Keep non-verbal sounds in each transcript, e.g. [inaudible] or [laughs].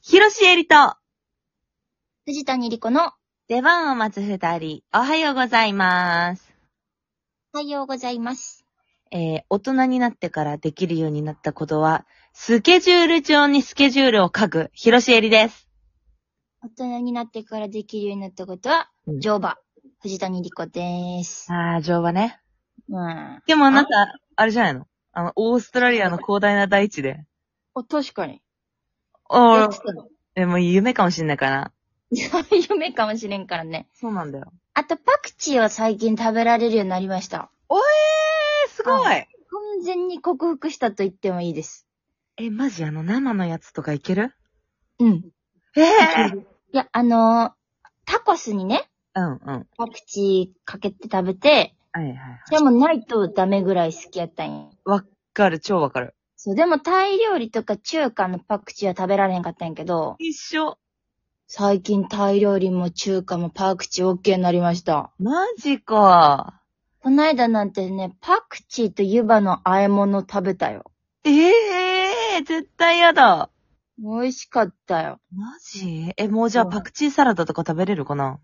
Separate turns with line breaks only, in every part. ヒロシエリと、
藤谷莉子の、
出番を待つ二人、おはようございます。
おはようございます。
えー、大人になってからできるようになったことは、スケジュール帳にスケジュールを書く、ヒロシエリです。
大人になってからできるようになったことは、
うん
乗馬、藤谷莉子でーす。
あー、乗馬ね。
うん。
でもあなた、あれじゃないのあの、オーストラリアの広大な大地で。
お、確かに。
あ
や
あ
って、たの
でも夢かもしんないかな。
[laughs] 夢かもしれんからね。
そうなんだよ。
あと、パクチーを最近食べられるようになりました。
おえー、すごい
完全に克服したと言ってもいいです。
え、マジあの生のやつとかいける
うん。
ええ
いや、あのータコスにね、
うんうん。
パクチーかけて食べて、
はいはいはい。
でもないとダメぐらい好きやったんや。
わかる、超わかる。
そう、でもタイ料理とか中華のパクチーは食べられへんかったんやけど、
一緒。
最近タイ料理も中華もパクチー OK になりました。
マジか。
こないだなんてね、パクチーと湯葉の和え物食べたよ。
ええ絶対やだ。
美味しかったよ。
マジえ、もうじゃあ
うん
パクチーサラダとか食べれるかな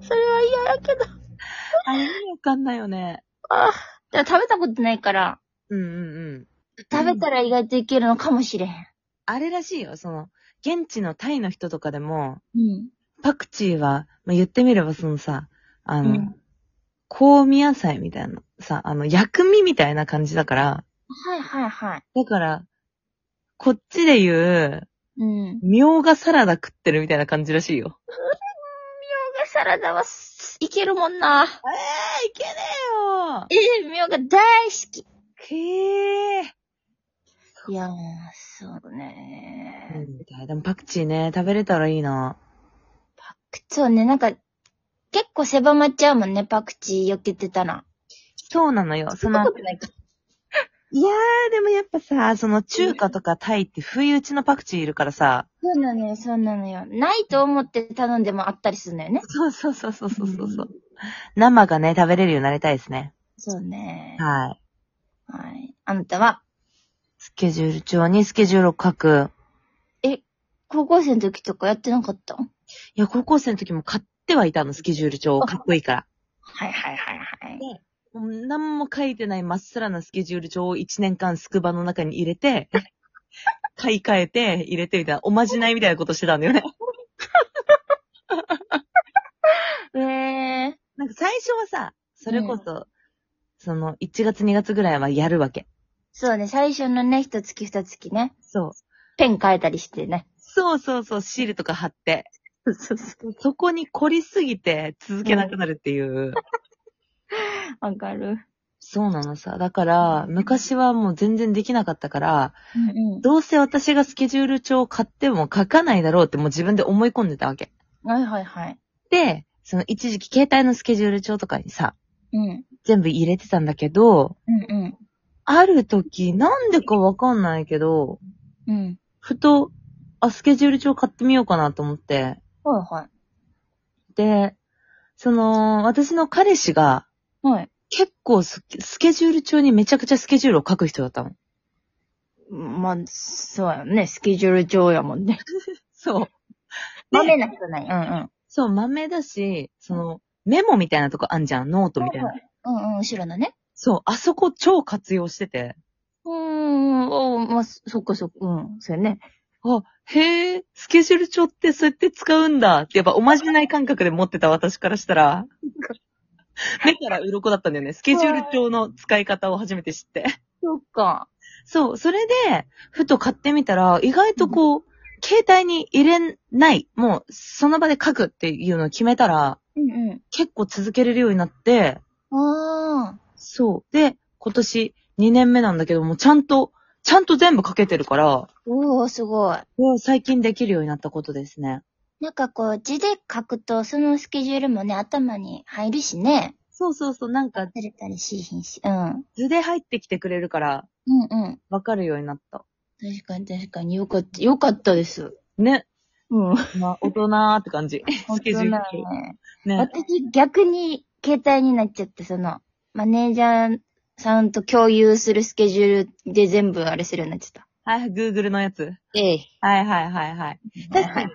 それは嫌やけど。
あれ、意味わかんないよね。
ああ。食べたことないから、
うんうんうん。
食べたら意外といけるのかもしれへん。
あれらしいよ、その、現地のタイの人とかでも、
うん。
パクチーは、まあ、言ってみればそのさ、あ
う
の、
ん。
香味野菜みたいな、さ、あの、薬味みたいな感じだから、
はいはいはい。
だから、こっちで言う、
うん。
みょうがサラダ食ってるみたいな感じらしいよ。
がサラダはすいけるもんな。
ええいけねえよ
ええみょうが大好き。
へえ
いやー、そうだね
うんでもパクチーね、食べれたらいいな。
そうね、なんか、結構狭まっちゃうもんね、パクチー避けてたら。
そうなのよ。その、いや
そんなことないか
ー、でもやっぱさ、その中華とかタイって不意打ちのパクチーいるからさ。
そうなのよ、そうなのよ。ないと思って頼んでもあったりするのよね。
そうそうそうそうそうそう。
うん
生がね、食べれるようになりたいですね。
そうね。
はい。
はい。あなたは、
スケジュール帳にスケジュールを書く。
高校生の時とかやってなかった
いや、高校生の時も買ってはいたの、スケジュール帳。かっこいいから。
はいはいはいはい。
もう何も書いてないまっさらなスケジュール帳を1年間スクバの中に入れて、買い替えて、入れてみたいな、おまじないみたいなことしてたんだよね。
え
なんか最初はさ、それこそ、その1月2月ぐらいはやるわけ。
そうね、最初のね、一月二月ね、
そう。
ペン変えたりしてね。
そうそうそう、シールとか貼って。
そうそうそう。
そこに凝りすぎて続けなくなるっていう。
わかる。
そうなのさ。だから、昔はもう全然できなかったから、
うんう
どうせ私がスケジュール帳を買っても書かないだろうってもう自分で思い込んでたわけ。
ん。はいはいはい。
で、その一時期携帯のスケジュール帳とかにさ、
うん。
全部入れてたんだけど、
うん
ある時、なんでかわかんないけど、
うん。うん。
ふと、あ、スケジュール帳買ってみようかなと思って、
はいはい。
で、その、私の彼氏が、
はい。
結構スケスケジュール帳にめちゃくちゃスケジュールを書く人だったの。
まあ、そうやね。スケジュール帳やも [laughs] んね。
そう。
ダメな人ない。うん
そう、豆だし、その、メモみたいなとこあんじゃん、ノートみたいな
は。うん。うんうん、後ろのね。
そう、あそこ超活用してて。
うーん、おまあ、そそっかそっか、うん、そうやね。
あ、へえ、スケジュール帳ってそうやって使うんだって、やっぱおまじない感覚で持ってた私からしたら、目から鱗だったんだよね。スケジュール帳の使い方を初めて知って。
そっか。
そう、それで、ふと買ってみたら、意外とこう、携帯に入れない、もう、その場で書くっていうのを決めたら、
うん
結構続けれるようになって、
うん。ああ。
そう。で、今年2年目なんだけども、ちゃんと、ちゃんと全部書けてるから、
おおすごい。
もう最近できるようになったことですね。
なんかこう、字で書くと、そのスケジュールもね、頭に入るしね。
そうそうそう、なんか
ずれたりしひんし。うん。
図で入ってきてくれるから、
うんうん。
わかるようになった。
確かに確かに。よかった、よかったです。
ね。
うん。
まあ、大人って感じ。スケジュール
本当だね。
[laughs] ね。
私、逆に携帯になっちゃって、その、マネージャーさんと共有するスケジュールで全部あれするようになっちゃった。
あはい、Google のやつ。
ええ。
はいはいはいはい。確かに。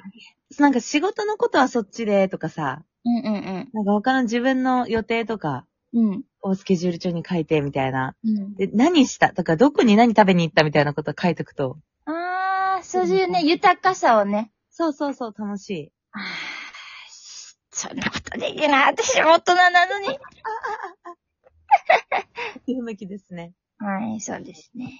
なんか仕事のことはそっちでとかさ、
うんうん
なんか他の自分の予定とか
うん。うん。
をスケジュール帳に書いてみたいな。
うん。
で、何したとか、どこに何食べに行ったみたいなこと書いとくと、
あー、そういうね、豊かさをね。
そうそうそう、楽しい。
あー、そんなことできない。私も大人なのに。
[laughs] いう向きですね。
はい、そうですね。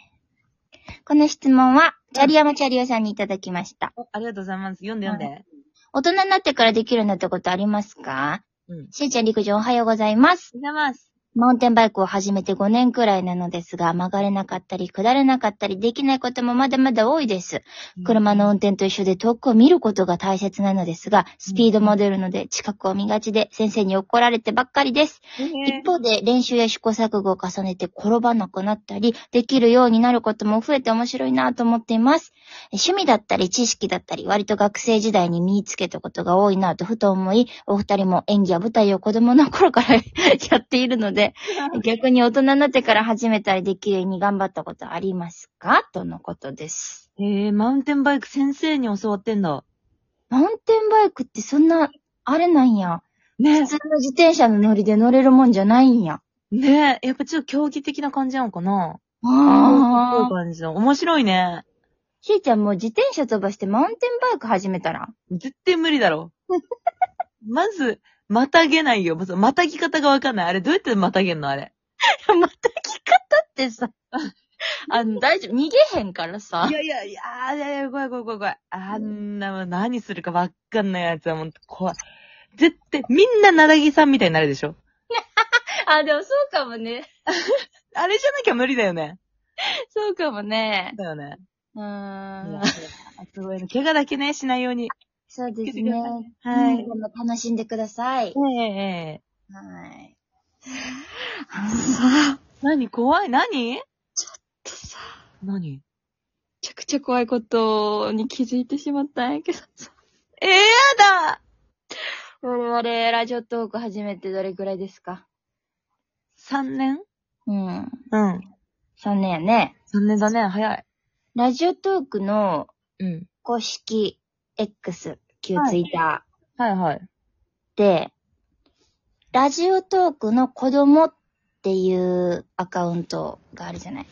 この質問は、チャリアマチャリオさんにいただきました。
おありがとうございます。読んで読んで。
大人になってからできるようになったことありますか
うん。
しんちゃん陸上おはようございます。
おはようございます。
マウンテンバイクを始めて5年くらいなのですが、曲がれなかったり、下れなかったり、できないこともまだまだ多いです。車の運転と一緒で遠くを見ることが大切なのですが、スピードも出るので近くを見がちで、先生に怒られてばっかりです。
一
一方で、練習や試行錯誤を重ねて転ばなくなったり、できるようになることも増えて面白いなと思っています。趣味だったり、知識だったり、割と学生時代に身につけたことが多いなとふと思い、お二人も演技や舞台を子供の頃から [laughs] やっているので、逆に大人になってから始めたりできるように頑張ったことありますかとのことです。
へえ、マウンテンバイク先生に教わってんだ。
マウンテンバイクってそんな、あれなんや。
ね
普通の自転車の乗りで乗れるもんじゃないんや。
ねやっぱちょっと競技的な感じなのかな
あ
そういう感じの。面白いね。
しーちゃんもう自転車飛ばしてマウンテンバイク始めたら
絶対無理だ [laughs] ろ。まず、またげないよ。まず、またぎ方がわかんない。あれ、どうやってまたげんのあれ。
[laughs] また着方ってさ、 [laughs] あの、大丈夫、逃げへんからさ
い。やいやいや、いやいや、怖い怖い怖い怖い。あんなもん、何するかわかんないやつはもう怖い。絶対、みんななだぎさんみたいになるでしょ。
あ、でもそうかもね。
あれじゃなきゃ無理だよね。
そうかもね。
だよね。
う
い
ー
や
ん。
すごいね。怪我だけね、しないように。
そうですね。
は
うん
い。
でも楽しんでください。
ええええ。
はい。あのさ、め
何怖い何
さ
何
ちゃくちゃ怖いことに気づいてしまったんやけど [laughs] さ。
ええやだ
我々、ラジオトーク始めてどれくらいですか
!3 年
うん。
うん。
3年やね。
3年だね、早い。
ラジオトークの
うん。
公式 X、旧
はい
ツイッタ
はいはい。
ーで、ラジオトークの子供っていうアカウントがあるじゃない。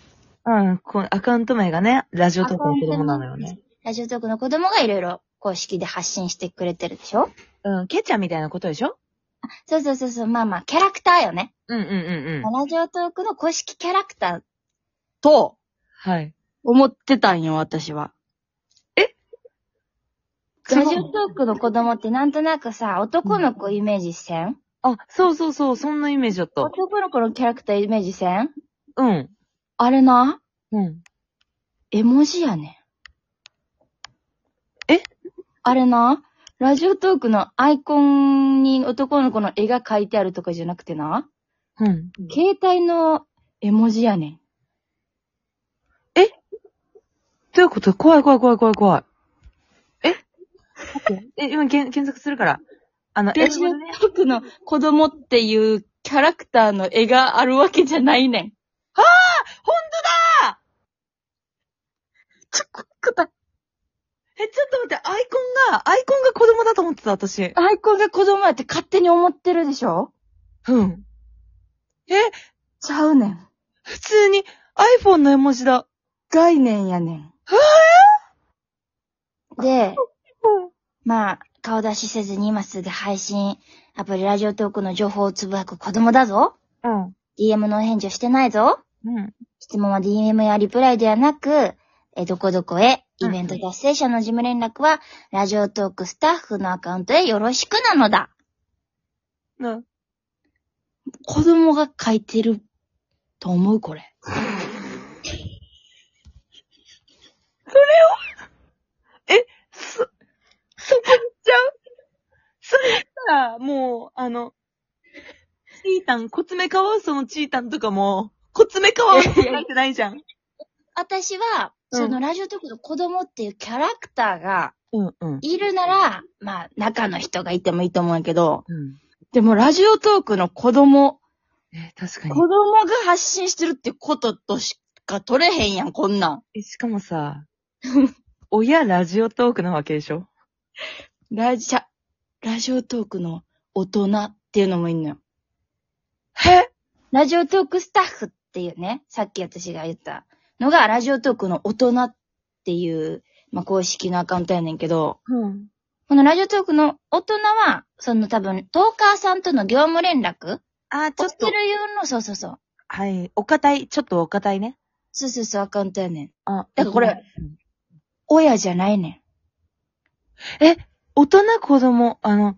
うん、こアカウント名がね、ラジオトークの子供なのよ
アカウン
ね。
ラジオトークの子供がいろいろ公式で発信してくれてるでしょ
うん、ケチャみたいなことでしょ
そうそうそうそう、まあまあ、キャラクターよね。
うんうんうんうん。
ラジオトークの公式キャラクターと
はい。
思ってたんよ、私は。ラジオトークの子供ってなんとなくさ、男の子イメージせん、
あ、そうそうそう、そんなイメージだった。
男の子のキャラクターイメージせん
うん。
あれな、
うん。
絵文字やねん。
え
あれな、ラジオトークのアイコンに男の子の絵が描いてあるとかじゃなくてな、
うん。
携帯の絵文字やねん。
どういうこと怖い怖い怖い怖い怖い。え待ってえ、今検検索するから。あの、
ラジオトークの子供っていうキャラクターの絵があるわけじゃないねん。
ほん
ちょ、くた。
え、ちょっと待って、アイコンが、アイコンが子供だと思ってた、私。
アイコンが子供やって勝手に思ってるでしょ
うん。え、
ちゃうねん。
普通に iPhone の絵文字だ。
概念やねん。 [laughs] で、まあ、顔出しせずに今すぐ配信、アプリラジオトークの情報をつぶやく子供だぞ。
うん。
DM のお返事をしてないぞ。
うん。
質問は DM やリプライではなく、え、どこどこへ、
う
イ
ん
ベント達成者の事務連絡は、ラジオトークスタッフのアカウントへよろしくなのだ。
な、
子供が書いてると思うこれ。
そ、そこ行っちゃうそれ言ったら、もう、あの、チータン、コツメカワウソのチータンとかも、コツメカワウソになってないじゃん。
私は、
うん
そのラジオトークの子供っていうキャラクターが
うんうん。
いるなら、まあ、中の人がいてもいいと思うんやけど、
うん。
でもラジオトークの子供、
え、確か
子供が発信してるってこととしか取れへんやん、こんなん。
え、しかもさ、親ラジオトークなわけでしょ
ラジャ、ラジオトークの大人っていうのもいんのよ。
え
ラジオトークスタッフっていうね、さっき私が言ったのが、ラジオトークの大人っていう、まあ、公式のアカウントやねんけど、
うん。
このラジオトークの大人は、その多分、トーカーさんとの業務連絡
あー、ち
を
ょっ
す
と
る。ようの、そうそうそう。
はい。お堅い。ちょっとお堅いね。
そうそうそう、アカウントやねん。
あ、
だからこれ。親じゃないねん。
大人子供、あの、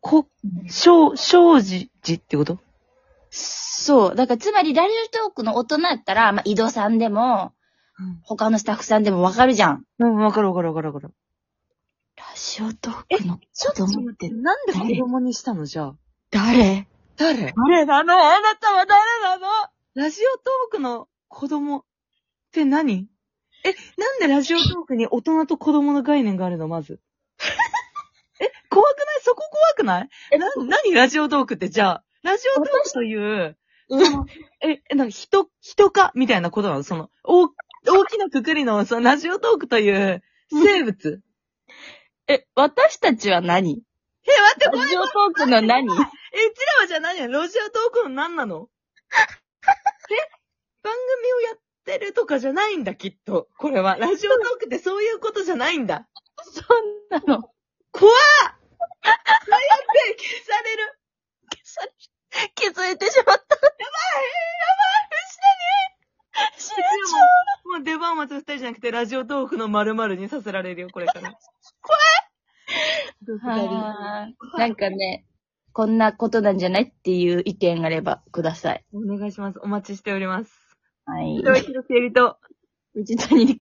こ、小、小児児ってこと
そう。だから、つまり、ラジオトークの大人やったら、まあ、井戸さんでも、他のスタッフさんでもわかるじゃん。
うん、わかるわかるわかるわかる。
ラジオトークの子供って
なんで子供にしたのじゃあ。
誰
誰
誰なのあなたは誰なの
ラジオトークの子供って何え、なんでラジオトークに大人と子供の概念があるのま
[laughs]
ず。え、怖くないそこ怖くない
え
な、何ラジオトークってじゃあ、ラジオトークという、
うん。
え、えなんか人、人かみたいなことなのその、大、大きなくくりの、そのラジオトークという生物。
え、私たちは何
え、待って、これ、
ラジオトークの何
え、うちらはじゃあ何やラジオトークの何な [laughs] のえ番組をやってるとかじゃないんだ、きっと。これは。ラジオトークってそういうことじゃないんだ。
そんなの。
怖っ最悪消される
気づいてしまった。やばい、やばい、失礼。
もう、もう出番を待つ二人じゃなくて、ラジオトークの〇〇にさせられるよ、これ [laughs] から。怖い
はい。なんかね、こんなことなんじゃないっていう意見があればください。
お願いします。お待ちしております。
はい
人。は広瀬えりと。
藤谷